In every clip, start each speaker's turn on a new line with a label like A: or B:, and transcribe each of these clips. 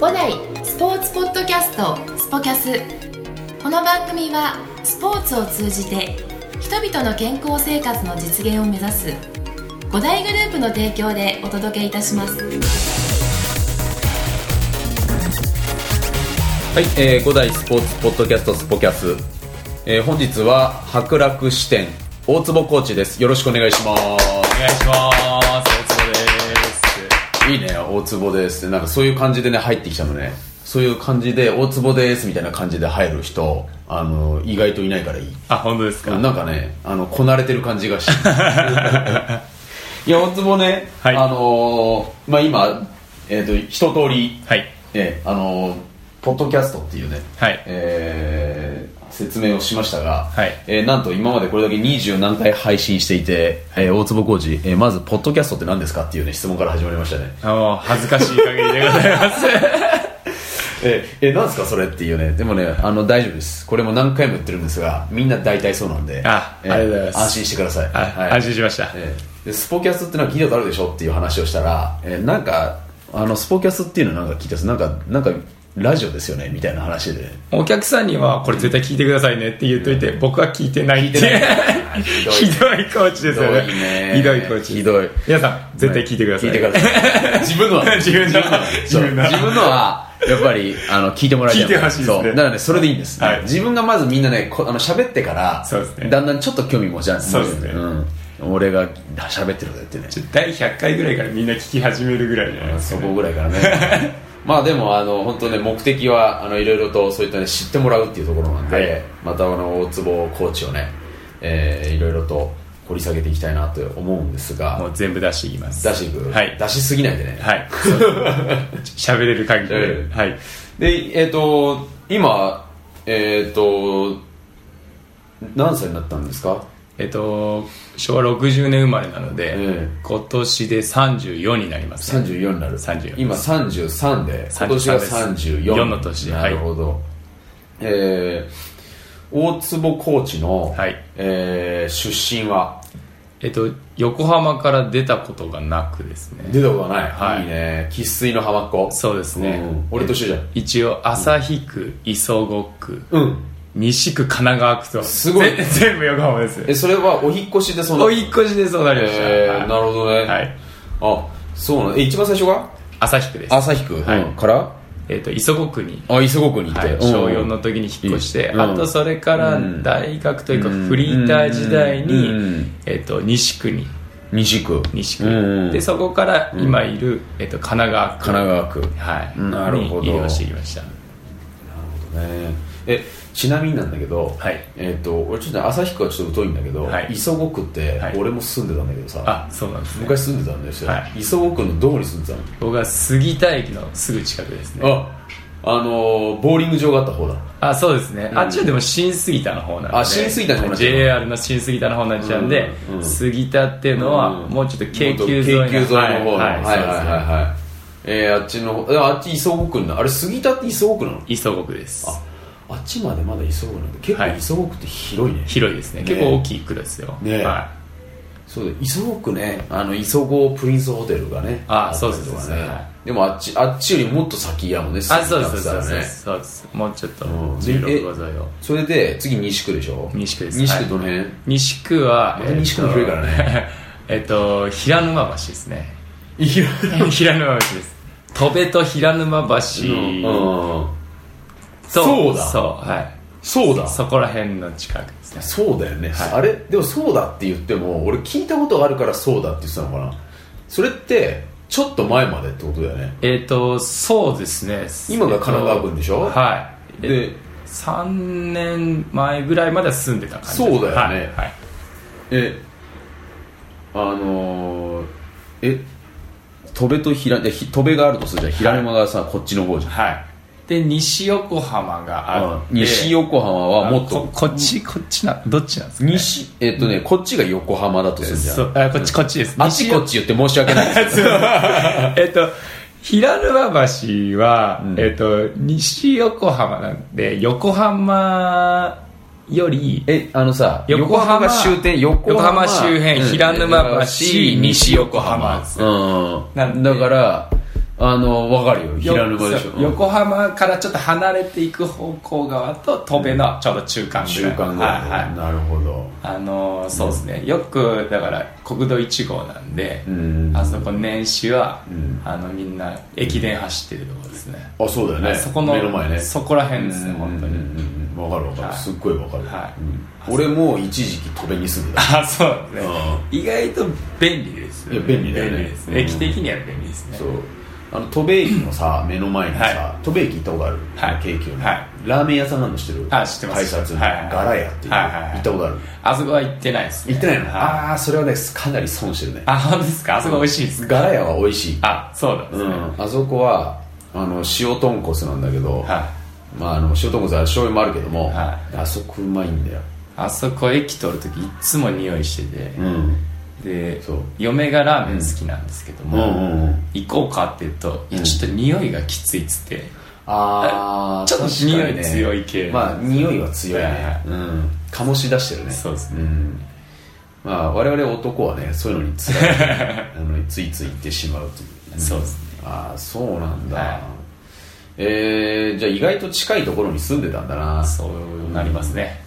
A: 五代スポーツポッドキャストスポキャスこの番組はスポーツを通じて人々の健康生活の実現を目指す五大グループの提供でお届けいたします
B: はい、えー、5代スポーツポッドキャストスポキャス、えー、本日は博楽支店大坪コーチですよろしくお願いしま
C: お願いします。大坪です
B: いいね大坪ですってなんかそういう感じでね入ってきたのねそういう感じで大坪ですみたいな感じで入る人あの意外といないからいい
C: あ、本当ですか。
B: なんかねあのこなれてる感じがし いや大坪ね、
C: はい
B: あのーまあ今、えー、と一通り
C: はい。
B: ええあのポッドキャストっていうね、
C: はい
B: えー説明をしましたが、
C: はい
B: えーなんと今までこれだけ二十何回配信していて、えー大坪浩二、えーまず、ポッドキャストって何ですかっていう、ね、質問から始まりましたね、
C: あの、恥ずかしい限りでご ざいます。
B: えーえーなんですか、それっていうね、でもね、あの大丈夫です、これも何回も言ってるんですが、みんな大体そうなんで、
C: あ
B: えー
C: ありがとうございます
B: 安心してください。
C: はい、安心しました。
B: えーでスポキャスってなんか聞いたことあるでしょっていう話をしたら、えーなんかあのスポキャスっていうのなんか聞いたんですなんかなんかラジオですよねみたいな話で、
C: お客さんには、これ絶対聞いてくださいねって言っといて、僕は聞いてないっ
B: 聞
C: て
B: いて
C: いう
B: ない。
C: ひどいコーチですよね。
B: ひどいね
C: ひどいコーチ。
B: ひどい。
C: 皆さん、絶対聞いてください。
B: 聞いてくだ さい自分のは
C: 自分のは
B: そう
C: 自分のは
B: 自分のはやっぱりあの聞いてもらいたい
C: 聞いてほしいですね
B: そうだからねそれでいいんです、
C: はい
B: 自分がまずみんなねこあの喋ってから
C: そうですね
B: だんだんちょっと興味持ち始
C: そう
B: め
C: ですね
B: ん、俺が喋ってることやってね
C: 第100回ぐらいからみんな聞き始めるぐらいじゃないです
B: そ
C: か、
B: こぐらいからね まあでもあの本当ね目的はあのいろいろとそういったね知ってもらうっていうところなんで、
C: はい
B: またあの大坪コーチをね、えーいろいろと掘り下げていきたいなと思うんですが
C: もう全部出していきます。
B: 出していく、
C: はい
B: 出しすぎないでね、
C: はい。喋れる限り
B: 喋れる
C: で。はい。
B: でえっ、と今えっ、と何歳になったんですか
C: えっと、昭和60年生まれなので、
B: ええ
C: 今年で34になります、ね、
B: 34になる
C: 34
B: 今33で今年が34
C: 34の年
B: な
C: はい
B: るほど、えー大坪コーチの、
C: はい
B: えー出身は
C: えっと横浜から出たことがなくですね
B: 出たことはない、
C: はい
B: いね生粋の浜っ子
C: そうですね
B: ん俺と一緒じゃん
C: 一応旭区磯子区
B: うん
C: 西区神奈川区と
B: すごい
C: ぜ全部横浜です
B: えそれはお引っ越しでその
C: お引っ越しでそうなりました、
B: えー
C: はい
B: なるほどね、
C: はい
B: あそうなのえ一番最初が
C: 旭区です、
B: 旭区、
C: はい
B: うんから
C: えっと磯子区に、
B: あ磯子区に行っ
C: は
B: て、
C: い、小4の時に引っ越して、
B: うん
C: あとそれから大学というかフリーター時代に、
B: うん
C: えっと西区に
B: 西区
C: 西
B: うんう
C: 区
B: ん
C: でそこから今いる、えっと、神奈川区
B: 神奈川区
C: はい、
B: なるほど
C: に移動してきました
B: ねえちなみになんだけど、
C: はい
B: えっと俺ちょっとね旭区はちょっと疎いんだけど、
C: はい
B: 磯子区って
C: はい
B: 俺も住んでたんだけどさ、
C: あそうなんですね
B: 昔住んでたんですよ、
C: は
B: 磯子区のどこに住んでたの、
C: 僕は杉田駅のすぐ近くですね
B: ああのーボーリング場があった方だ
C: あそうですね、あっちはでも新杉田の方なんで
B: あ新杉田の方なんだ
C: JR の新杉田の方になっちゃうんで、
B: うんうん
C: 杉田っていうのは
B: うん
C: もうちょっと京急沿いの
B: 京急沿いの方の
C: はい、はい
B: はい
C: そうですね
B: はいえーあっちのえあっち磯子区のあれ杉田って磯子区なの
C: 磯国です
B: ああっちまでまだ磯子区なんだ結
C: は
B: 構
C: い
B: 磯子区って広いね、
C: 広いですね
B: ね
C: 結構大きい区ですよ、
B: ね
C: は
B: そうだ磯子区ねあの磯子プリンスホテルがね
C: あ
B: ったりとか
C: そうですそうですはい
B: でもあっちあっちよりもっと先やもんね
C: い、あそうです
B: 杉
C: そ
B: 田
C: うで
B: っ
C: す
B: て言ったら
C: そうで
B: ね
C: すそうですもうちょっと
B: うん
C: 16号沿いを
B: それで次西区でしょ
C: 西区です
B: 西区どの辺、
C: 西区は、
B: また西区も広いからね
C: えっとえっと平沼橋ですね
B: いや
C: 平沼橋です戸部と平沼
B: う
C: 橋
B: ん
C: と
B: うんそうだ
C: そうはい
B: そうだ
C: そこら辺の近くですね
B: そうだよね、あれでもそうだって言っても俺聞いたことがあるからそうだって言ってたのかなそれってちょっと前までってことだよね
C: えっとそうですね
B: 今が神奈川郡でしょ
C: えっとはい
B: で
C: 3年前ぐらいまでは住んでた感じです
B: そうだよね
C: はいはい
B: えあのー、え戸部と平でひ戸部があるとするじゃん平沼がさ、こっちの方じゃん
C: はいで西横浜があって
B: 西横浜はもっ
C: あ
B: と
C: ここっちこっちなどっちなんですかね
B: 西えっとね、こっちが横浜だとするじゃん
C: そうあこっちこっちです
B: あっちこっち言って申し訳ない です
C: えっと、平沼橋は、えっと、西横浜なんで、横浜より、
B: えあのさ
C: 横浜
B: が終点横
C: 横
B: 浜
C: 浜周辺平沼橋西横浜
B: うん、
C: なんで
B: だからあの分かるよ平沼でしょ
C: よ横浜からちょっと離れていく方向側と戸辺のちょうど中間ぐら
B: 中
C: い
B: 間ぐ
C: は
B: ら
C: い
B: い、
C: はい
B: なるほど
C: あのーそうですねよくだから国道1号なんで、
B: うん
C: あそこ年始は、
B: ん
C: あのみんな駅伝走ってるところですね、
B: あそうだよね
C: そこの
B: 目の前ね
C: そこら辺ですね、
B: うん
C: 本当
B: うん
C: に
B: うんうんわかるわかる、
C: はい
B: すっごいわかる、
C: はい
B: うん俺も一時期戸辺に住んでた
C: あそうですね意外と便利です
B: いや便利だよね
C: 便利です
B: うん
C: 駅的には便利ですね
B: そうあの戸辺駅のさ目の前に
C: は
B: さ戸辺駅行ったことある、
C: はい
B: 京急の、
C: はい
B: ラーメン屋さんなの知ってる
C: あ知ってます
B: 改札の
C: はいはい
B: ガラヤっていう、
C: はいはいはい
B: 行ったことある
C: あそこは行ってないですね
B: 行ってないの、
C: は
B: ああそれはねかなり損してるね
C: あ本当ですかあそこ美味しいですか
B: ガラヤは美味しい
C: あそうなんです
B: う
C: ね、
B: ん、あそこはあの塩豚骨なんだけど、
C: は
B: まあ、あの塩豚骨は醤油もあるけども、
C: は
B: あそこうまいんだよ、
C: あそこ駅取るときいつも匂いしてて、
B: うん、
C: で
B: そう
C: 嫁がラーメン好きなんですけど
B: うんう
C: も、
B: んうん
C: 行こうかって言うと、いやちょっと匂いがきついっつって
B: あー
C: ちょっと
B: 確かに
C: 匂い強い系
B: まあ匂いは強い
C: はいは
B: ね、うん、醸し出してるね
C: そうですね
B: んまあ、我々男はねそういうのにつらいあのついつい行ってしまうという、
C: そうですね
B: ああそうなんだ、
C: はい
B: えー、じゃあ意外と近いところに住んでたんだな
C: そうなりますね、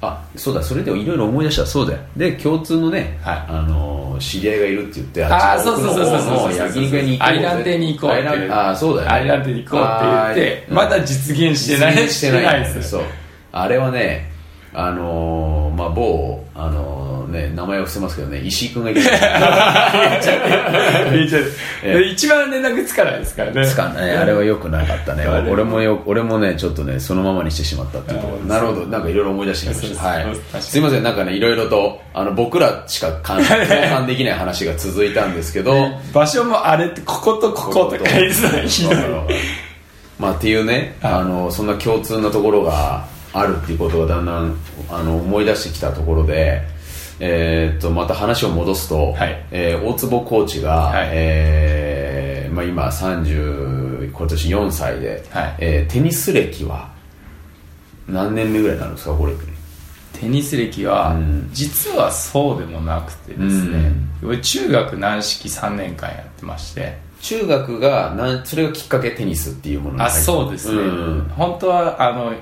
B: あそうだそれでいろいろ思い出したそうだよで共通のね、
C: はい
B: あのー知り合いがいるって言って
C: ああ
B: っちの
C: そうそう
B: 奥
C: そう
B: の
C: そう
B: 方
C: そう
B: の焼肉屋に行こう
C: アイランドに行こうっ
B: ア
C: て
B: イラ
C: 言
B: ン
C: う
B: あーそうだよ、ね、
C: アイランドに行こうって言ってまだ実現してない
B: してない
C: してないですね
B: そうあれはねあのーまあ某あのーね名前を伏せますけどね石井君がいる
C: いやちょっと
B: え
C: 一番連絡つかないですからね
B: つか んねあれは良くなかったね
C: あれ
B: 俺もよ俺もねちょっとねそのままにしてしまったっていうところ
C: あー
B: なるほどなんかいろいろ思い出してきました
C: そうです
B: はい
C: 確かに
B: すいませんなんかねいろいろとあの僕らしか感 共感できない話が続いたんですけど
C: 場所もあれってこことこことか言ってたらひどい
B: まあっていうね、あのそんな共通なところがあるっていうことがだんだんあの思い出してきたところで、えーっとまた話を戻すと、
C: はい
B: えー大坪コーチが、
C: はい
B: えーまあ、今30今年4歳で、
C: はい
B: えーテニス歴は何年目ぐらいになるんですかこれ
C: テニス歴は
B: うん
C: 実はそうでもなくてですね俺中学軟式3年間やってまして
B: 中学がなんそれがきっかけテニスっていうものに入
C: あ
B: った
C: そうですね
B: うん
C: 本当はあの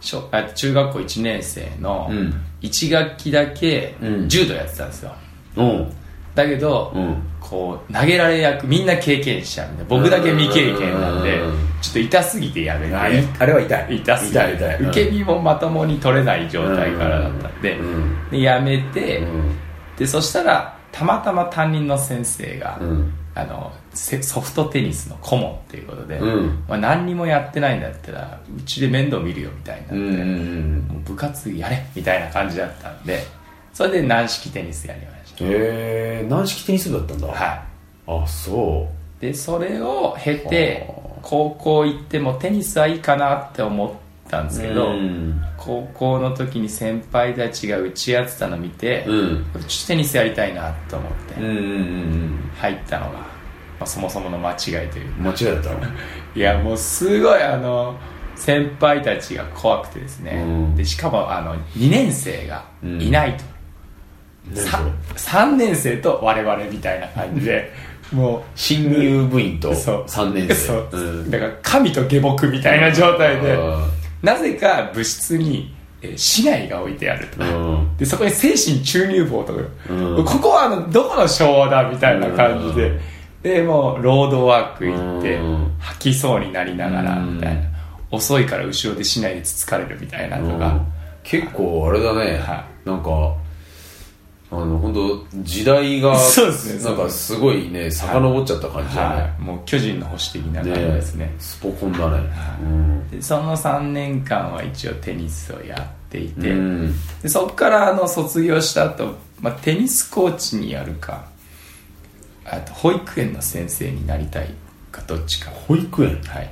C: 小あ中学校1年生の
B: うん
C: 1学期だけ
B: うん
C: 柔道やってたんですよ
B: うん
C: だけど、
B: うん
C: こう投げられ役みんな経験者みたいな僕だけ未経験なんで
B: うん
C: ちょっと痛すぎてやめ
B: あい
C: て
B: あれは痛い
C: 痛すぎて
B: 痛い痛いうん
C: 受け身もまともに取れない状態からだったんで,、
B: うん
C: でやめて、
B: うん
C: でそしたらたまたま担任の先生が、
B: うん
C: あのせソフトテニスの顧問っていうことで、
B: うん
C: まあ、何にもやってないんだったらうちで面倒見るよみたいになって、
B: うんうんうん
C: もう部活やれみたいな感じだったんでそれで軟式テニスやりました
B: へえ軟式テニス部だったんだ
C: はい
B: あそ
C: でそれを経て
B: は
C: 高校行ってもテニスはいいかなって思ったんです
B: う
C: け
B: う
C: ど、
B: ん
C: 高校の時に先輩たちが打ち合ってたの見て、
B: うん
C: これちょっとテニスやりたいなと思って
B: うんうんうん
C: 入ったのが、まあ、そもそもの間違いという
B: 間違えたの
C: いやもうすごいあの先輩たちが怖くてですね、
B: うん
C: でしかもあの2年生がいないと、さ3年生と我々みたいな感じでもう
B: 新入部員と
C: そう
B: 3年生
C: そう
B: うん
C: だから神と下僕みたいな状態で
B: あ
C: なぜか部室にえー竹刀が置いてあると
B: うん
C: でそこに精神注入棒とか、
B: うん
C: ここはあのどこの昭和だみたいな感じで、
B: うん
C: でもうロードワーク行って、
B: うん
C: 吐きそうになりながら
B: うん
C: みたいな、遅いから後ろで竹刀でつつかれるみたいなと
B: う
C: か
B: ん、結構あれだね
C: は
B: なんかあの本当時代が
C: そうですね
B: なんかすごいね遡っちゃった感じだね
C: はい、もう巨人の星的な感じ
B: ね
C: ですね
B: スポコンだね
C: でその3年間は一応テニスをやってい
B: うん
C: て、
B: うん
C: でそこからあの卒業した後、まあテニスコーチにやるかあと保育園の先生になりたいかどっちか
B: 保育園
C: はい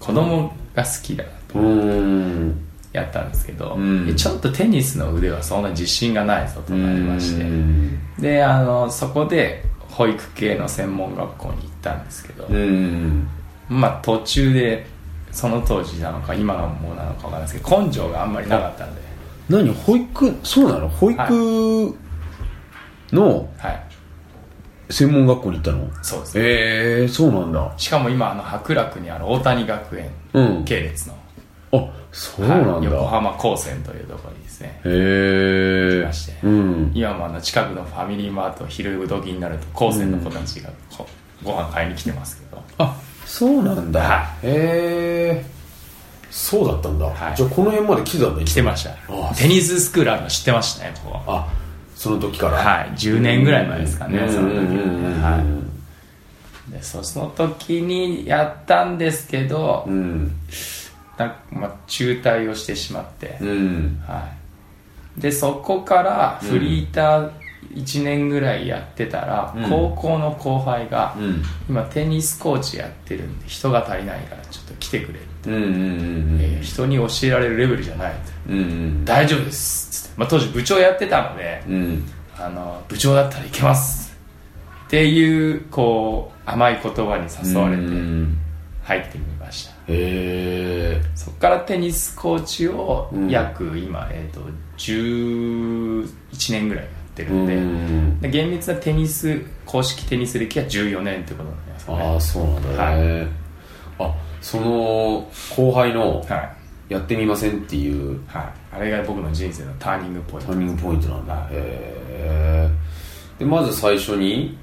C: 子供が好きだなと
B: うん
C: やったんですけど、
B: ん
C: ちょっとテニスの腕はそんな自信がないぞとなりまして
B: うん
C: であのそこで保育系の専門学校に行ったんですけど、
B: うん
C: まあ途中でその当時なのか今のもうなのかわかんないですけど根性があんまりなかったんで
B: 何保育そうなの保育の
C: はい
B: 専門学校に行ったの
C: そうですね
B: えー、そうなんだ
C: しかも今あの白楽にあの大谷学園
B: うん
C: 系列の、
B: あそうなん
C: はい
B: だ、
C: 横浜高専というところにですね
B: へえ
C: 来まして
B: うん
C: 今もあの近くのファミリーマート昼時になると高専の子たちがこご飯買いに来てますけど
B: あそうなんだ、
C: は
B: へえそうだったんだ、
C: はい
B: じゃあこの辺まで来てたんだ
C: 来てました
B: あ
C: テニススクールあるの知ってましたねここ
B: あその時から
C: はい10年ぐらい前ですかね
B: うん
C: その時はね
B: うんうん
C: はいでそその時にやったんですけど、
B: うん
C: なんかまあ、中退をしてしまって、
B: うん
C: はい、でそこからフリーター1年ぐらいやってたら、
B: うん
C: 高校の後輩が、
B: うん
C: 今テニスコーチやってるんで人が足りないからちょっと来てくれる、
B: うんうん
C: いやいや人に教えられるレベルじゃないって
B: うんうん
C: 大丈夫ですつって、まあ、当時部長やってたので、
B: うん
C: あの部長だったらいけますっていうこう甘い言葉に誘われ
B: う
C: て
B: ん
C: 入ってみました、
B: へえ
C: そこからテニスコーチを
B: うん
C: 約今、えー、と11年ぐらいやってる
B: うん
C: で,、
B: ん
C: で厳密なテニス公式テニス歴は14年ってことになりますね
B: ああそうなんだね、あその後輩の
C: はい
B: やってみませんっていう
C: はい、あれが僕の人生のターニングポイン
B: タ
C: ト
B: ーニングポイントなんだへえでまず最初に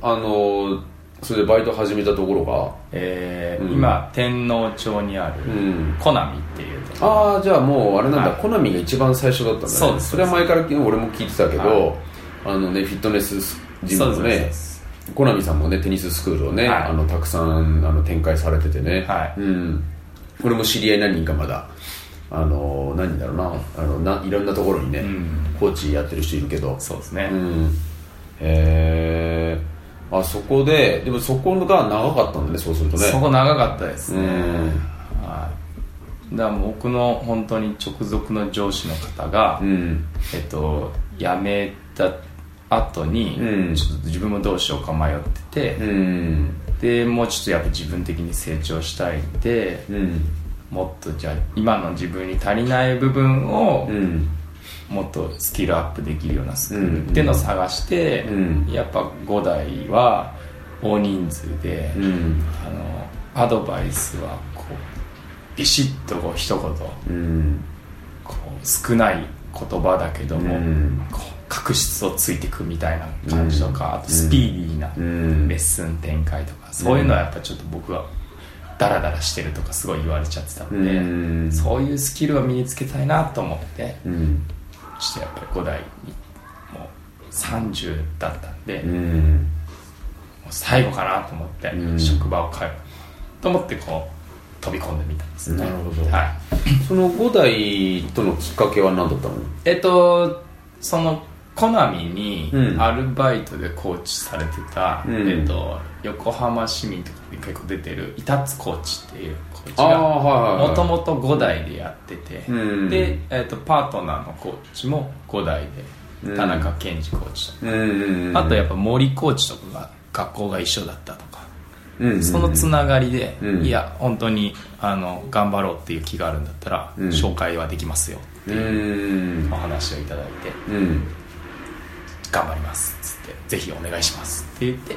B: あのそれでバイト始めたところが
C: えー
B: うん
C: 今天皇町にある
B: うん
C: コナミっていうところ
B: ああじゃあもうあれなんだ、
C: はい
B: コナミが一番最初だったんだね
C: そうです
B: れは前から俺も聞いてたけど、
C: は
B: あのねフィットネスジム
C: そう
B: の
C: ですそう
B: ね
C: です
B: コナミさんもねテニススクールをね、
C: はい
B: あのたくさんあの展開されててね、
C: はい
B: うん、俺も知り合い何人かまだあの何だろうなあのないろんなところにね、
C: うん
B: コーチやってる人いるけど
C: そうですね、
B: うん、へえあそこででもそこが長かったんだねそうするとね
C: そこ長かったですね、
B: うん
C: はいだからもう僕の本当に直属の上司の方が、
B: うん
C: えっと辞めた後に、
B: うん
C: ちょっと自分もどうしようか迷って
B: う
C: て、
B: ん
C: でもうちょっとやっぱ自分的に成長したいんで、
B: うん
C: もっとじゃあ今の自分に足りない部分を
B: うん
C: もっとスキルアップできるようなスクールっていうのを探して、
B: うん
C: やっぱ5代は大人数で、
B: うん
C: あのアドバイスはこうビシッとこう一言
B: うん
C: こう少ない言葉だけども、
B: うん
C: こう確執をついていくみたいな感じとか、あとスピーディーな
B: うん
C: レッスン展開とか、そういうのはやっぱちょっと僕はダラダラしてるとかすごい言われちゃってたので、
B: うん
C: そういうスキルを身につけたいなと思って
B: うん
C: そしてやっぱり5代にもう30だったんで、
B: う
C: もうん最後かなと思って、
B: うん
C: 職場を変えようと思ってこう飛び込んでみたんですね
B: なるほど
C: はい
B: その五代とのきっかけは何だったの
C: えっとそのコナミに
B: うん
C: アルバイトでコーチされてた、
B: うん
C: えっと、横浜市民とかに結構出てるイタツコーチっていうコーチ
B: あ
C: が
B: あはい
C: もと
B: は
C: もと5代でやってて、
B: うん
C: で、えっと、パートナーのコーチも5代
B: うん
C: で田中健二コーチと
B: いうんうんうん
C: あとやっぱ森コーチとかが学校が一緒だったとか、
B: うん
C: そのつながりで、
B: うん
C: いや本当にあの頑張ろうっていう気があるんだったら、
B: うん
C: 紹介はできますよって
B: う
C: いうんお話をいただいて
B: うん
C: 頑張りますっつってぜひお願いしますって言って、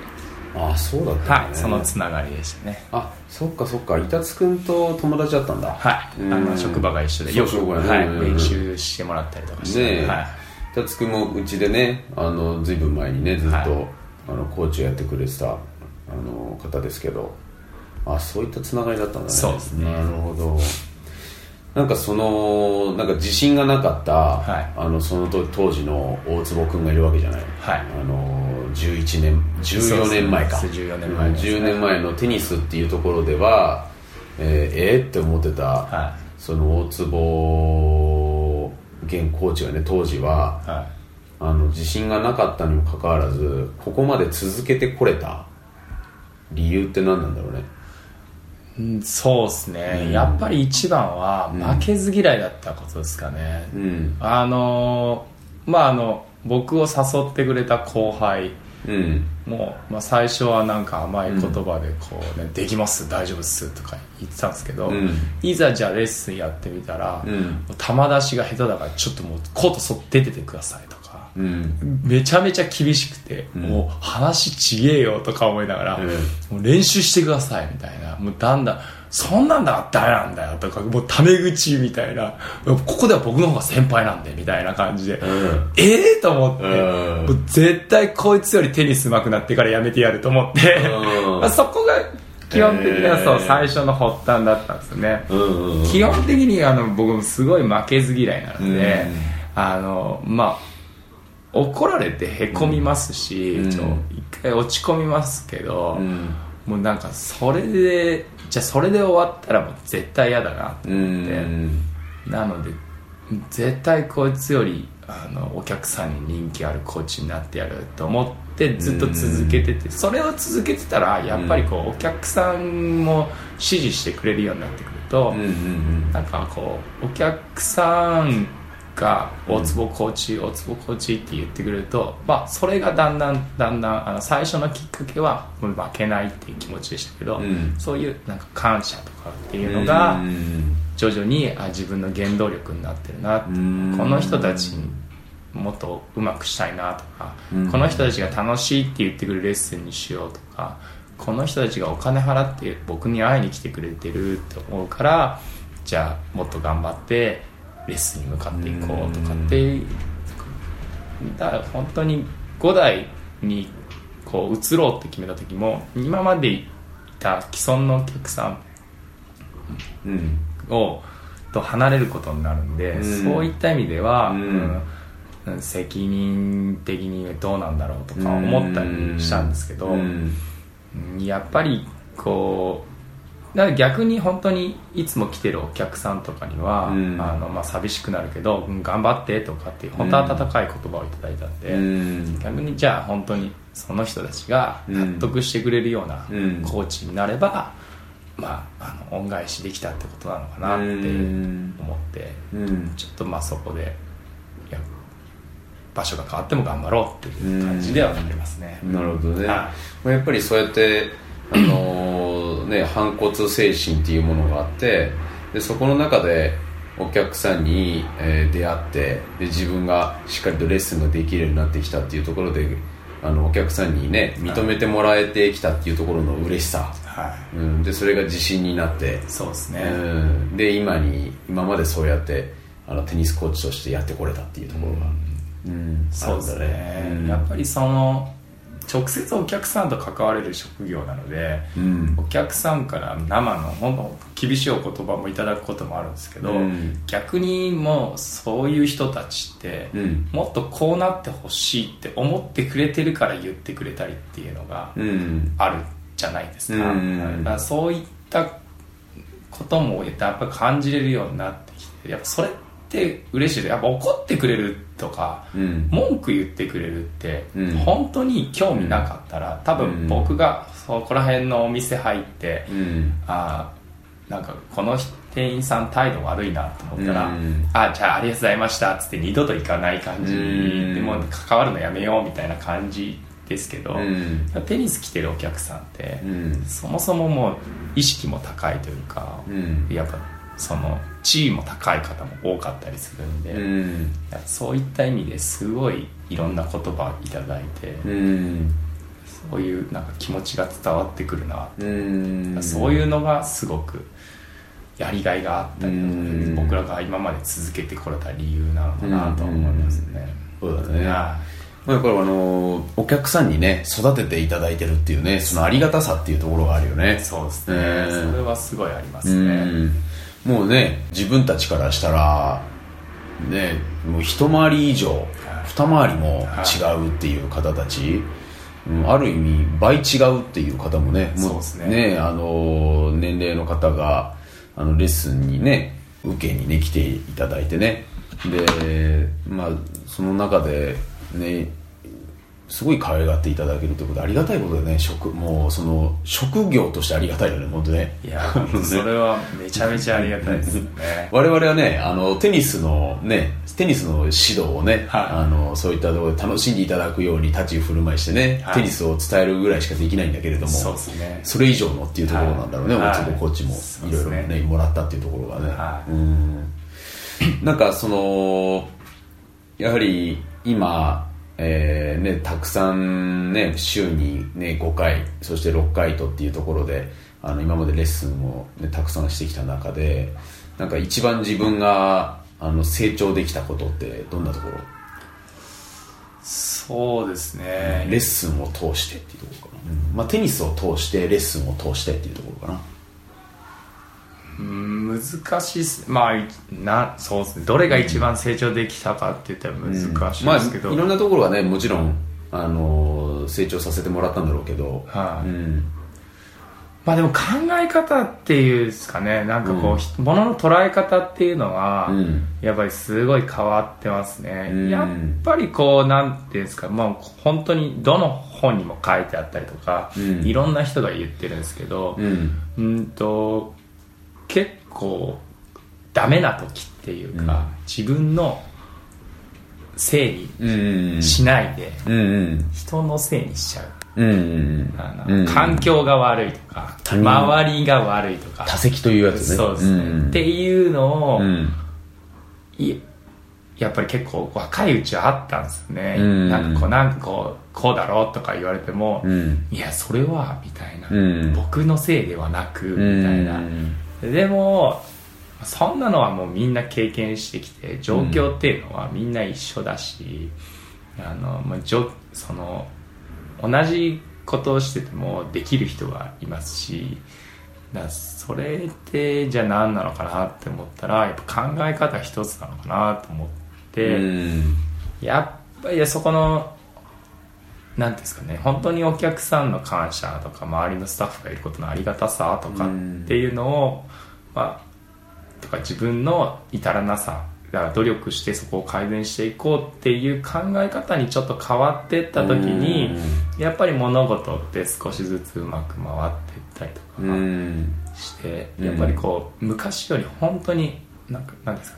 B: あそうだったんだね
C: はいそのつながりでしたね
B: あそっかそっかイタツくんと友達だったんだ
C: はい、
B: うん
C: あの職場が一緒で
B: そう
C: よく、
B: 職場ね
C: はい
B: うん
C: 練習してもらったりとかして、
B: ねえ、
C: はい
B: たつくんもうちでねあのずいぶん前にねずっと、
C: はい
B: あのコーチをやってくれてたあの方ですけどあそういったつながりだったんだね
C: そうですね
B: なるほどなんかそのなんか自信がなかった、
C: はい
B: あのその当当時の大坪君がいるわけじゃない、
C: はい
B: あの11年14年前か
C: そうですね14年前ですね
B: 10年前のテニスっていうところではえーえーって思ってた、
C: は
B: その大坪現コーチがね当時はい
C: は
B: あの自信がなかったにもかかわらずここまで続けてこれた理由って何なんだろうね
C: いうんそうですね、
B: うん
C: やっぱり一番は
B: うん
C: 負けず嫌いだったことですかね、
B: うん
C: あのーまああの僕を誘ってくれた後輩
B: うん
C: もう、まあ、最初はなんか甘い言葉でこう、ねできます大丈夫っす」とか言ってたんですけど、
B: うん
C: いざじゃあレッスンやってみたら、
B: うん
C: 球出しが下手だからちょっともうコートそ出ててくださいとか
B: うん
C: めちゃめちゃ厳しくて、
B: うん
C: もう話ちげえよとか思いながら、
B: うん
C: もう練習してくださいみたいなもうだんだんそんなんだからダメなんだよとかもうタメ口みたいなここでは僕の方が先輩なんでみたいな感じで、
B: うん
C: ええと思って、
B: うん
C: もう絶対こいつよりテニス上手くなってからやめてやると思って、
B: うん
C: まあ そこが基本的な、
B: えー
C: そう最初の発端だったんですよね、
B: うんうん
C: 基本的にあの僕もすごい負けず嫌いなので、
B: うん
C: あのまあ怒られてへこみますし、
B: うん
C: ちょ一回落ち込みますけど、
B: うん
C: もうなんかそれでじゃあそれで終わったらもう絶対嫌だなと
B: う
C: 思って、
B: ん
C: なので絶対こいつよりあのお客さんに人気あるコーチになってやると思ってずっと続けてて、それを続けてたらやっぱりこうお客さんも支持してくれるようになってくると、
B: うんうん
C: なんかこうお客さんが「大坪コーチ大坪コーチ」って言ってくれると、まあ、それがだんだんだんだんあの最初のきっかけはもう負けないっていう気持ちでしたけど、
B: うん
C: そういうなんか感謝とかっていううんのが
B: うん
C: 徐々にあ自分の原動力になってるなって
B: うん
C: この人たちにもっとうまくしたいなとか、
B: うん
C: この人たちが楽しいって言ってくるレッスンにしようとかこの人たちがお金払って僕に会いに来てくれてるって思うからじゃあもっと頑張ってレッスンに向かっていこうとかっていうだから本当に5代にこう移ろうって決めた時も今までいた既存のお客さん
B: うん
C: をと離れることになるんで、
B: うん
C: そういった意味では、
B: うん
C: うんうん責任的にどうなんだろうとか思ったりしたんですけど、
B: うん
C: うんやっぱりこうだから逆に本当にいつも来てるお客さんとかには、
B: うん
C: あのまあ、寂しくなるけど、うん頑張ってとかっていう本当温かい言葉をいただいたんで。
B: うん
C: 逆にじゃあ本当にその人たちが納得してくれるような
B: うん
C: コーチになれば、まあ、あの恩返しできたってことなのかなって
B: うん
C: 思って
B: うん
C: ちょっとまあそこでいや場所が変わっても頑張ろうっていう感じではなりますね、
B: なるほどね、
C: は
B: まあやっぱりそうやって、あのーね、反骨精神っていうものがあってでそこの中でお客さんに、えー出会ってで自分がしっかりとレッスンができるようになってきたっていうところであのお客さんにね認めてもらえてきたっていうところの嬉しさ、
C: は
B: うん、でそれが自信になって
C: い、そうですね、
B: うん、で今に今までそうやってあのテニスコーチとしてやってこれたっていうところが、うん、
C: そうです
B: あ
C: ね
B: る、んだ
C: やっぱりその直接お客さんと関われる職業なので、
B: うん
C: お客さんから生のほんと厳しいお言葉もいただくこともあるんですけど、
B: うん
C: 逆にもうそういう人たちって、
B: うん
C: もっとこうなってほしいって思ってくれてるから言ってくれたりっていうのが
B: うん
C: あるじゃないですか,、
B: うん
C: だからそういったこともやっぱ感じれるようになってきてやっぱそれって嬉しいですやっぱ怒ってくれるとか、
B: うん
C: 文句言ってくれるって、
B: うん
C: 本当に興味なかったら多分僕がそこら辺のお店入って、
B: うん
C: あーなんかこの店員さん態度悪いなと思ったら、
B: うん
C: あじゃあありがとうございましたっつって二度と行かない感じ
B: うん
C: でもう関わるのやめようみたいな感じですけど、
B: うん
C: テニス来てるお客さんって、
B: うん
C: そもそももう意識も高いというか、
B: うん
C: やっぱその地位も高い方も多かったりするんで、
B: うん
C: そういった意味ですごいいろんな言葉いただいて、
B: うん
C: そういうなんか気持ちが伝わってくるな
B: うん
C: そういうのがすごくやりがいがあったりとか
B: うん
C: 僕らが今まで続けてこれた理由なのかなと思いますね。
B: そうだね
C: は
B: まあやっぱりあのーお客さんにね育てていただいてるっていうねそのありがたさっていうところがあるよね
C: いそうですね、
B: うん
C: それはすごいありま
B: う
C: すね。
B: んもうね自分たちからしたらねもう一回り以上二回りも違うっていう方たち、うんある意味倍違うっていう方もねも
C: そうですね
B: あの年齢の方があのレッスンにね受けにね来ていただいてねでまあその中でねすごい可愛がっていただけるということでありがたいことでね職もうその職業としてありがたいよね本当ね
C: いやそれはめちゃめちゃありがたいですね。
B: 我々はねあのテニスのねテニスの指導をね、
C: はい
B: あのそういったところで楽しんでいただくように立ち居振る舞いしてね、
C: はい
B: テニスを伝えるぐらいしかできないんだけれども
C: そうですね
B: それ以上のっていうところなんだろうね、
C: はい
B: 大坪コーチも
C: そう
B: い
C: で
B: ろい
C: す
B: ろ
C: ね
B: ねもらったっていうところがね、
C: はい
B: うんなんかそのやはり今えーね、たくさん、ね、週に、ね、5回そして6回とっていうところであの今までレッスンを、ね、たくさんしてきた中でなんか一番自分があの成長できたことってどんなところ、
C: そうですね
B: レッスンを通してっていうところかな、うんまあ、テニスを通してレッスンを通してっていうところかな
C: うん難しいっすまあいなそうですねどれが一番成長できたかって言ったら難しいですけど、
B: まあ、いろんなところはねもちろん、あのー成長させてもらったんだろうけど、
C: はい
B: うん
C: まあでも考え方っていうんですかねなんかこう、ひ物の捉え方っていうのは、
B: うん
C: やっぱりすごい変わってますね、
B: うん
C: やっぱりこうなんていうんですかまあ本当にどの本にも書いてあったりとか、
B: うん
C: いろんな人が言ってるんですけど
B: うん
C: うんと結構ダメな時っていうか、
B: うん
C: 自分のせい
B: うんうん
C: にしないで、
B: うんうん
C: 人のせいにしちゃう
B: うんうん
C: あ
B: う
C: の
B: ん
C: 環境が悪いとか、
B: 他人
C: 周りが悪いとか
B: 多席というやつね
C: そうですね、
B: ん
C: っていうのを、
B: うん
C: いやっぱり結構若いうちはあったんですよね、
B: うん
C: なんかこうなんかこうこうだろうとか言われても、
B: うん
C: いやそれはみたいな、
B: うん
C: 僕のせいではなくみ
B: うん
C: たいな、でもそんなのはもうみんな経験してきて状況っていうのはみんな一緒だし、あのまあ、じょその同じことをしててもできる人はいますしだからそれってじゃあ何なのかなって思ったらやっぱ考え方一つなのかなと思って、
B: うん
C: やっぱりそこのなんていうんですかね本当にお客さんの感謝とか周りのスタッフがいることのありがたさとかっていうのを、まあ、とか自分の至らなさだから努力してそこを改善していこうっていう考え方にちょっと変わっていった時にやっぱり物事って少しずつうまく回っていったりとか
B: うんうん
C: して
B: うん
C: やっぱりこう昔より本当になんかなんですか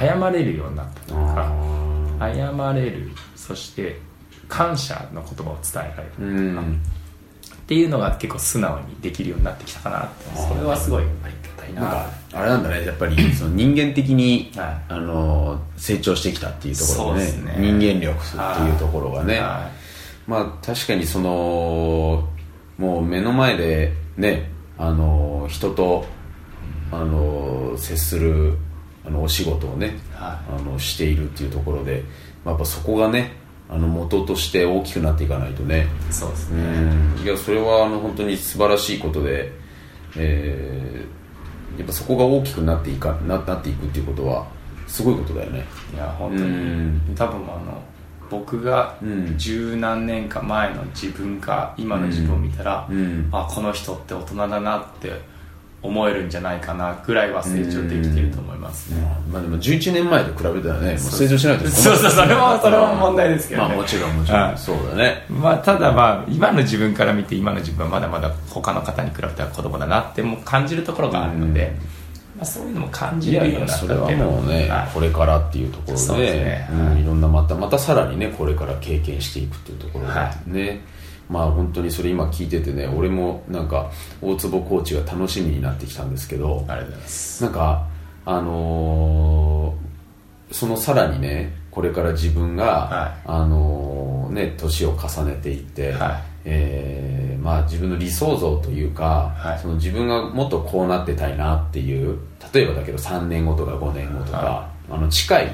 C: ね謝れるようになったというか。謝れるそして感謝の言葉を伝えられる
B: うん
C: っていうのが結構素直にできるようになってきたかなってそれはすごいありがたい
B: なん
C: な
B: かあれなんだねやっぱりその人間的に、
C: はい
B: あの成長してきたっていうところで,、ね
C: そうですね
B: 人間力っていうところがね、
C: は
B: まあ確かにそのもう目の前でねあの人とあの接するあのお仕事をね
C: いは
B: あのしているっていうところで、まあ、やっぱそこがねあの元として大きくなっていかないとね
C: いそうです
B: う
C: ね
B: んいやそれはあの本当に素晴らしいことで、えーやっぱそこが大きくなっていかななっていくっていうことはすごいことだよね
C: いや本当
B: うん
C: に多分あの僕が
B: うん
C: 十何年か前の自分か今の自分を見たら
B: うん
C: あこの人って大人だなって思えるんじゃないかなぐらいは成長できてると思いますね
B: まあでも11年前と比べたらねもう成長しないと
C: そうそうそれはそれは問題ですけどね
B: まあもちろんもちろ
C: は
B: ん
C: い
B: そうだね
C: まあ、ただまあ今の自分から見て今の自分はまだまだ他の方に比べたら子供だなっても感じるところがあるので、まあ、そういうのも感
B: い
C: じるよ
B: や
C: うに
B: いや
C: なったっ
B: そ
C: てい
B: れ
C: う
B: は
C: の
B: もうね
C: はい
B: これからっていうところ
C: そう
B: で
C: ですね
B: うん
C: はい
B: いろんなまたまたさらにねこれから経験していくっていうところが
C: は
B: ねまあ本当にそれ今聞いててね俺もなんか大坪コーチが楽しみになってきたんですけど
C: ありがとうございます
B: なんかあのーそのさらにねこれから自分が、
C: は
B: あのーね年を重ねていって、
C: はい
B: えーまあ、自分の理想像というか、
C: はい
B: その自分がもっとこうなってたいなっていう例えばだけど3年後とか5年後とか、
C: は
B: あの近い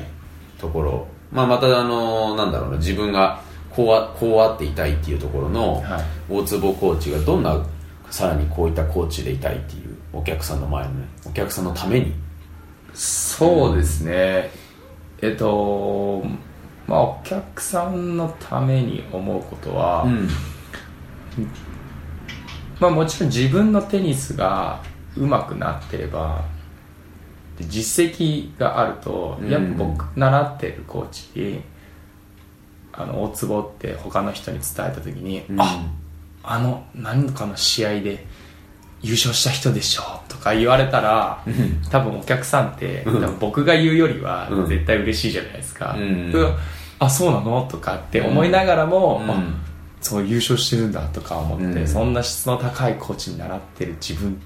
B: ところ、まあ、またあのーなんだろうな自分がこうあこうあっていたいっていうところの、
C: はい
B: 大坪コーチがどんなさらにこういったコーチでいたいっていうお客さんの前のねお客さんのために
C: そうですねえっとまあお客さんのために思うことは、
B: ん
C: まあ、もちろん自分のテニスが上手くなってればで実績があると
B: うん
C: やっぱ僕習ってるコーチにあの大坪って他の人に伝えた時に「ああの何かの試合で優勝した人でしょ」とか言われたら多分お客さんって多
B: ん
C: 分僕が言うよりは
B: うん
C: 絶対嬉しいじゃないですか「
B: うん
C: うわあそうなの?」とかって思いながらも「
B: うん
C: あそう優勝してるんだとか思って、
B: うん
C: そんな質の高いコーチに習ってる自分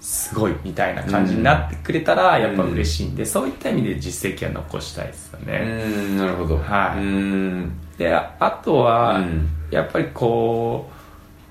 C: すごいみたいな感じになってくれたらやっぱ嬉しいんで、そういった意味で実績は残したいですよ
B: う
C: ね、
B: んなるほど
C: はい
B: うん
C: であとは、
B: うん
C: やっぱりこ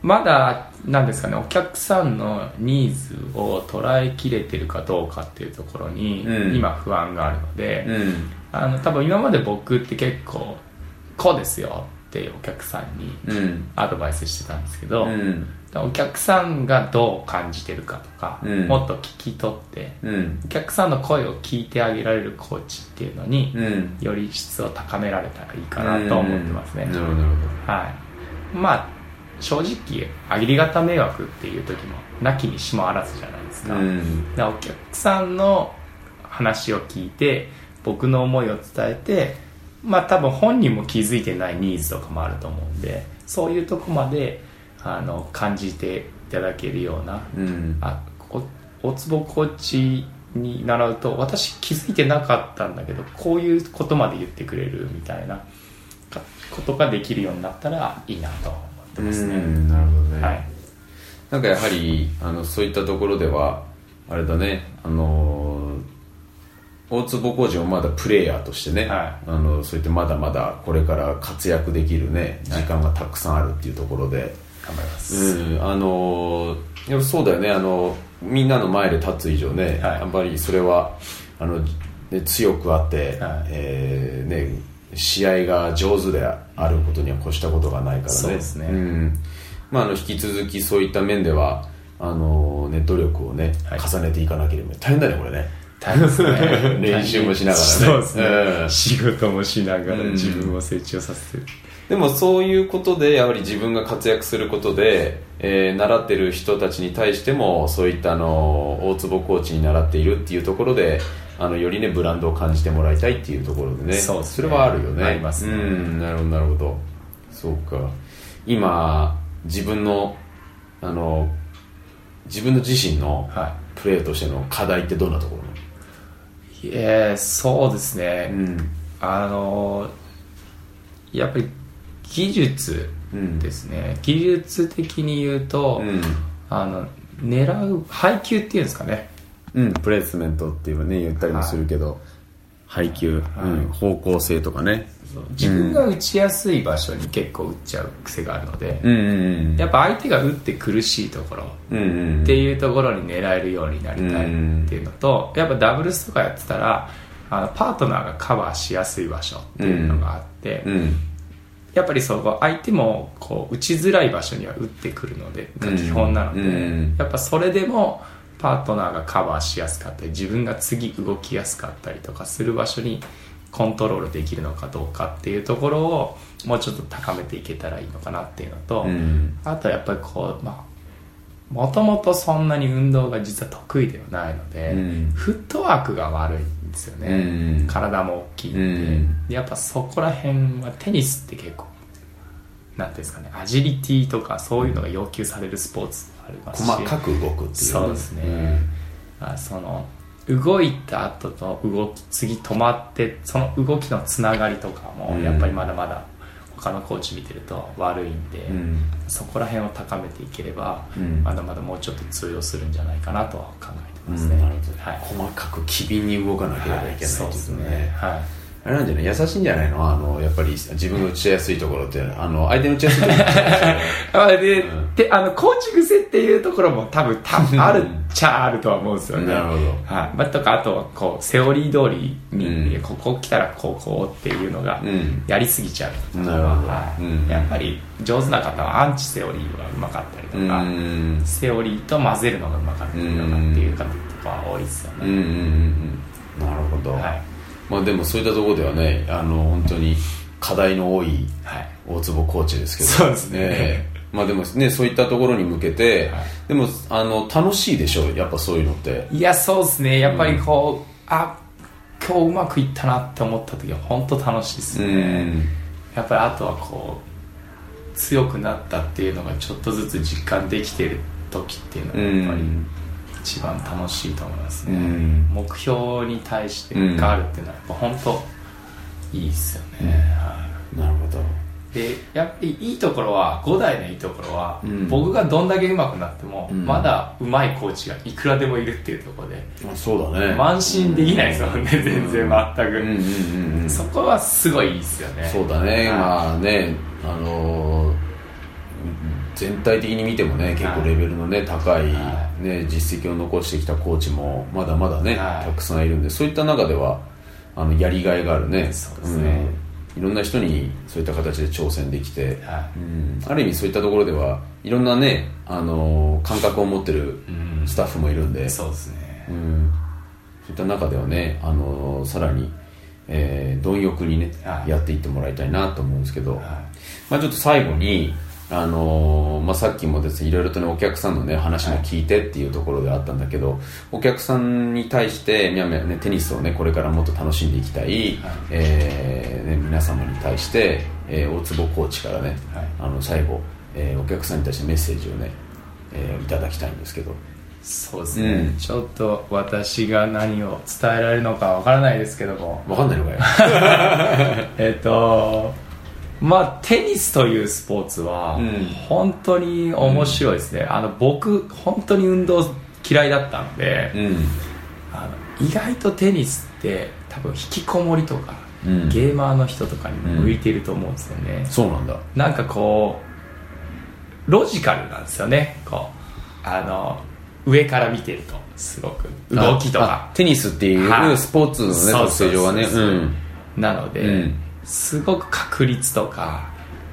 C: うまだなんですかねお客さんのニーズを捉えきれてるかどうかっていうところに、
B: うん
C: 今不安があるので、
B: うん
C: あの多分今まで僕って結構「こうですよ」ってお客さんに
B: うん
C: アドバイスしてたんですけど、
B: うん
C: お客さんがどう感じてるかとか、
B: うん
C: もっと聞き取って
B: うん
C: お客さんの声を聞いてあげられるコーチっていうのに、
B: うん
C: より質を高められたらいいかなと思ってますね、
B: うんなるほどなるほ
C: はいまあ正直ありがた迷惑っていう時もなきにしもあらずじゃないです
B: ど
C: か,、
B: うん
C: お客さんの話を聞いて僕の思いを伝えてまあ多分本人も気づいてないニーズとかもあると思うんでそういうとこまであの感じていただけるような
B: うん
C: あこ大坪コーチに習うと私気づいてなかったんだけどこういうことまで言ってくれるみたいなかことができるようになったらいいなと思ってますね、
B: うんなるほどね、
C: はい、
B: なんかやはりあのそういったところではあれだねあの大坪浩二もまだプレイヤーとしてね、
C: は
B: あのそういってまだまだこれから活躍できるね時間がたくさんあるっていうところで、
C: 頑張ります、
B: うん、あのーやっぱそうだよねあのみんなの前で立つ以上ね、
C: はい
B: やっぱりそれはあの、ね、強くあって、
C: はい
B: えーね、試合が上手であることには越したことがないからね
C: そうですね
B: んまあ、あの引き続きそういった面ではあの、ね、努力をね、
C: はい
B: 重ねていかなければ大変だねこれね。
C: 大変ですね
B: 練習もしながらね
C: そうですね、
B: うん
C: 仕事もしながら
B: うん
C: 自分を成長させて、
B: でもそういうことでやはり自分が活躍することで、えー習ってる人たちに対してもそういったあの大坪コーチに習っているっていうところであのよりねブランドを感じてもらいたいっていうところでね
C: そうですね
B: れはあるよね
C: ありますね
B: うんなるほどなるほどそうか今自分のあの自分の自身の
C: は
B: プレーとしての課題ってどんなところ
C: いえーそうですね、
B: うん
C: あのーやっぱり技術
B: うん
C: ですね、技術的に言うと、
B: うん、
C: あの狙う配球っていうんですかね
B: うん、プレイスメントっていうね言ったりもするけど、配球、うん、方向性とかね
C: 自分が打ちやすい場所に結構打っちゃう癖があるので、
B: うんうん
C: やっぱ相手が打って苦しいところ
B: うんうんうん
C: っていうところに狙えるようになりたいっていうのと、やっぱダブルスとかやってたらあのパートナーがカバーしやすい場所っていうのがあって、
B: うん
C: やっぱりそこ相手もこう打ちづらい場所には打ってくるのでが基本なので、
B: うん
C: やっぱそれでもパートナーがカバーしやすかったり自分が次動きやすかったりとかする場所にコントロールできるのかどうかっていうところをもうちょっと高めていけたらいいのかなっていうのと、
B: うん
C: あとやっぱりこうまあもともとそんなに運動が実は得意ではないので、
B: うん
C: フットワークが悪いんですよね、
B: うん
C: 体も大きいんで,、
B: うん
C: やっぱそこら辺はテニスって結構なんていうんですかねアジリティとかそういうのが要求されるスポーツもありますし
B: 細かく動くっていうね
C: そうですね、あその動いた後と動き次止まってその動きのつながりとかも
B: うん
C: やっぱりまだまだ他のコーチ見てると悪いんで、
B: うん
C: そこら辺を高めていければ、
B: うん
C: まだまだもうちょっと通用するんじゃないかなとは考えて
B: う
C: ます
B: ん
C: ね、
B: なるほどね
C: はい
B: 細かく機敏に動かなければいけないってい
C: そうですねはい
B: あれなんじゃない優しいんじゃないのあのやっぱり自分の打ちやすいところってあの相手の打ちやすいところって
C: あで,、
B: うん
C: であのコーチ癖っていうところも多分多分あるっちゃあるとは思うんですよね
B: なるほど
C: はいまあ、とかあとはこうセオリー通りに、
B: うん
C: ここ来たらこうこうっていうのが
B: うん
C: やりすぎちゃうとか、
B: なるほど
C: はい
B: うん
C: やっぱり上手な方はアンチセオリーがうまかったりと
B: うんう
C: か、
B: ん
C: セオリーと混ぜるのがうまかったりとかっていう方とかは多いですよ
B: うんう
C: ね、
B: んうんなるほど、
C: はい
B: まあでもそういったところではねあの本当に課題の多い
C: はい
B: 大坪コーチですけど
C: そうですね
B: ええまあでもねそういったところに向けて、
C: はい
B: でもあの楽しいでしょうやっぱそういうのって
C: いやそうですねやっぱりこう、あ今日うまくいったなって思った時は本当楽しいです
B: う
C: ね、
B: ん
C: やっぱりあとはこう強くなったっていうのがちょっとずつ実感できてる時っていうのがやっぱり
B: うん
C: 一番楽しいと思います
B: う
C: ね、
B: ん
C: 目標に対してがあるっていうのはやっぱ本当いいですよね、はい
B: なるほど
C: でやっぱりいいところは5代のいいところは、
B: うん
C: 僕がどんだけ上手くなっても、
B: うん
C: まだ上手いコーチがいくらでもいるっていうところで、
B: あそうだね
C: 慢心できないですもんね、全然全く、
B: うんうんうんうん
C: そこはすごいいいですよね
B: そうだね、
C: はい
B: まあね、あのー全体的に見てもね、結構レベルのね、高い、
C: は
B: ね、実績を残してきたコーチも、まだまだね、
C: はい
B: たくさんいるんで、そういった中では、あのやりがいがあるね、
C: そうですね
B: うんいろんな人にそういった形で挑戦できて、
C: は
B: うんある意味そういったところでは、いろんなね、あのー感覚を持ってる
C: いうん
B: スタッフもいるんで、
C: そうですね
B: うんそういった中ではね、あのさらに、えー貪欲にね、
C: はい
B: やっていってもらいたいなと思うんですけど、
C: は
B: まあ、ちょっと最後に、あのーまあ、さっきもですねいろいろとねお客さんのね話も聞いてっていうところであったんだけど、お客さんに対してみゃみゃ、ね、テニスをねこれからもっと楽しんでいきたい、
C: はい
B: えーね、皆様に対して、えー大坪コーチからね、
C: はい
B: あの最後、えーお客さんに対してメッセージをね、えーいただきたいんですけど
C: そうですね、
B: うん
C: ちょっと私が何を伝えられるのかわからないですけど も
B: わかんないのかよ
C: えっとまあテニスというスポーツは
B: うん
C: 本当に面白いですね、あの僕本当に運動嫌いだったので、
B: う
C: あの意外とテニスって多分引きこもりとか、
B: ん、うん、
C: ゲーマーの人とかに向いてると思うんですよね、
B: そうなんだ
C: なんかこうロジカルなんですよねこうあの上から見てるとすごく動きと
B: あ
C: か
B: あテニスってい
C: は
B: う
C: い
B: スポーツのね
C: そう
B: 特
C: そうそう
B: 性上はね
C: そう
B: うん
C: なので、
B: うん
C: すごく確率とか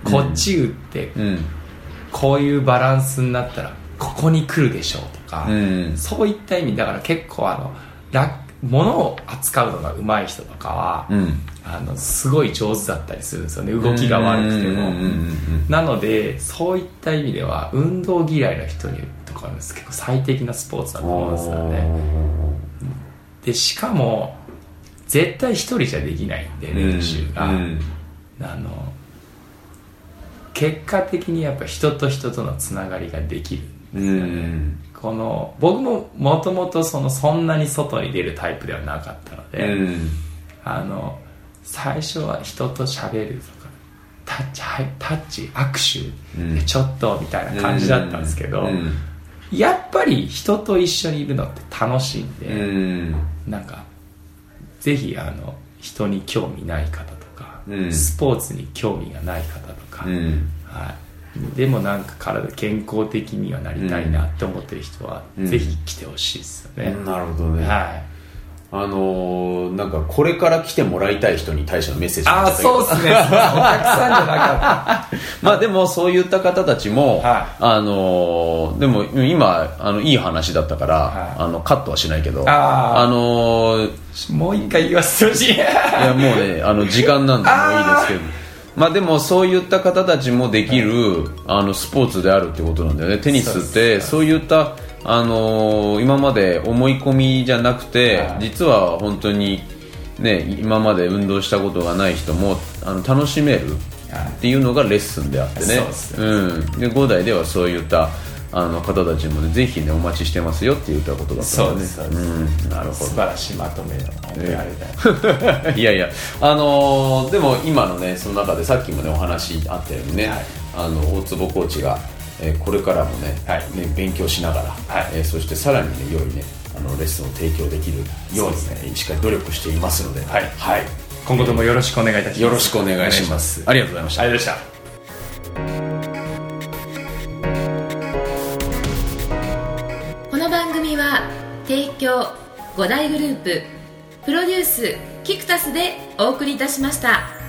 C: こっち打って
B: うん
C: こういうバランスになったらここに来るでしょうとか、
B: うん
C: そういった意味だから結構あの楽物を扱うのが上手い人とかは、
B: うん
C: あのすごい上手だったりするんですよね動きが悪くて
B: うん
C: も、
B: うんうんうん
C: なのでそういった意味では運動嫌いな人にとかは結構最適なスポーツだと思うんですよねでしかも絶対一人じゃできないんで
B: うん
C: 練習が、
B: うん
C: あの結果的にやっぱ人と人とのつながりができる
B: うん
C: この僕ももともとそのそんなに外に出るタイプではなかったの
B: う
C: で、
B: ん
C: あの最初は人と喋るとかタッチはいタッチ握手、
B: うん
C: ちょっとみたいな感じだったんですけど、
B: うん
C: やっぱり人と一緒にいるのって楽しいん
B: う
C: で、
B: ん
C: なんかぜひあの人に興味ない方とか、
B: うん
C: スポーツに興味がない方とか、
B: うん
C: はい、でもなんか体健康的にはなりたいなって思ってる人は、
B: うん
C: ぜひ来てほしいですよね、
B: なるほどね、
C: はい
B: あのーなんかこれから来てもらいたい人に対してのメッセージ
C: あ
B: もいただ
C: あ
B: いて
C: そうですね お客さんじゃなかっ
B: まあでもそういった方たちも、
C: は
B: あのーでも今あのいい話だったから、
C: はい
B: あのカットはしないけど
C: あー
B: のー
C: たもう一回言わせてほしい
B: いやもうねあの時間なんでもういいですけどまあでもそういった方たちもできる、あのスポーツであるってことなんだよねテニスってそういったあのー今まで思い込みじゃなくて、
C: はい
B: 実は本当にね今まで運動したことがない人もあの楽しめるっていうのがレッスンであってね
C: そうです
B: うん、で5代ではそういったあの方たちもねぜひねお待ちしてますよって言ったことだった
C: そ
B: ので、
C: うで
B: ね、
C: すそうです、
B: うんなるほど
C: 素晴らしいまとめをあれだよ
B: いやいや、あのーでも今のね、その中でさっきもね、お話あったようにね、
C: はい
B: あの大坪コーチが、えーこれからもね,、
C: はい
B: ね、勉強しながら、
C: はい
B: えーそしてさらにね、良いね、あのレッスンを提供できるよう
C: そうで
B: に、ね、しっかり努力していますので、
C: はい今後ともよろしくお願いいたします
B: よろしくお願いします。ありがとうございました
C: あ。りがとうございました
A: この番組は提供五大グループプロデュースキクタスでお送りいたしました。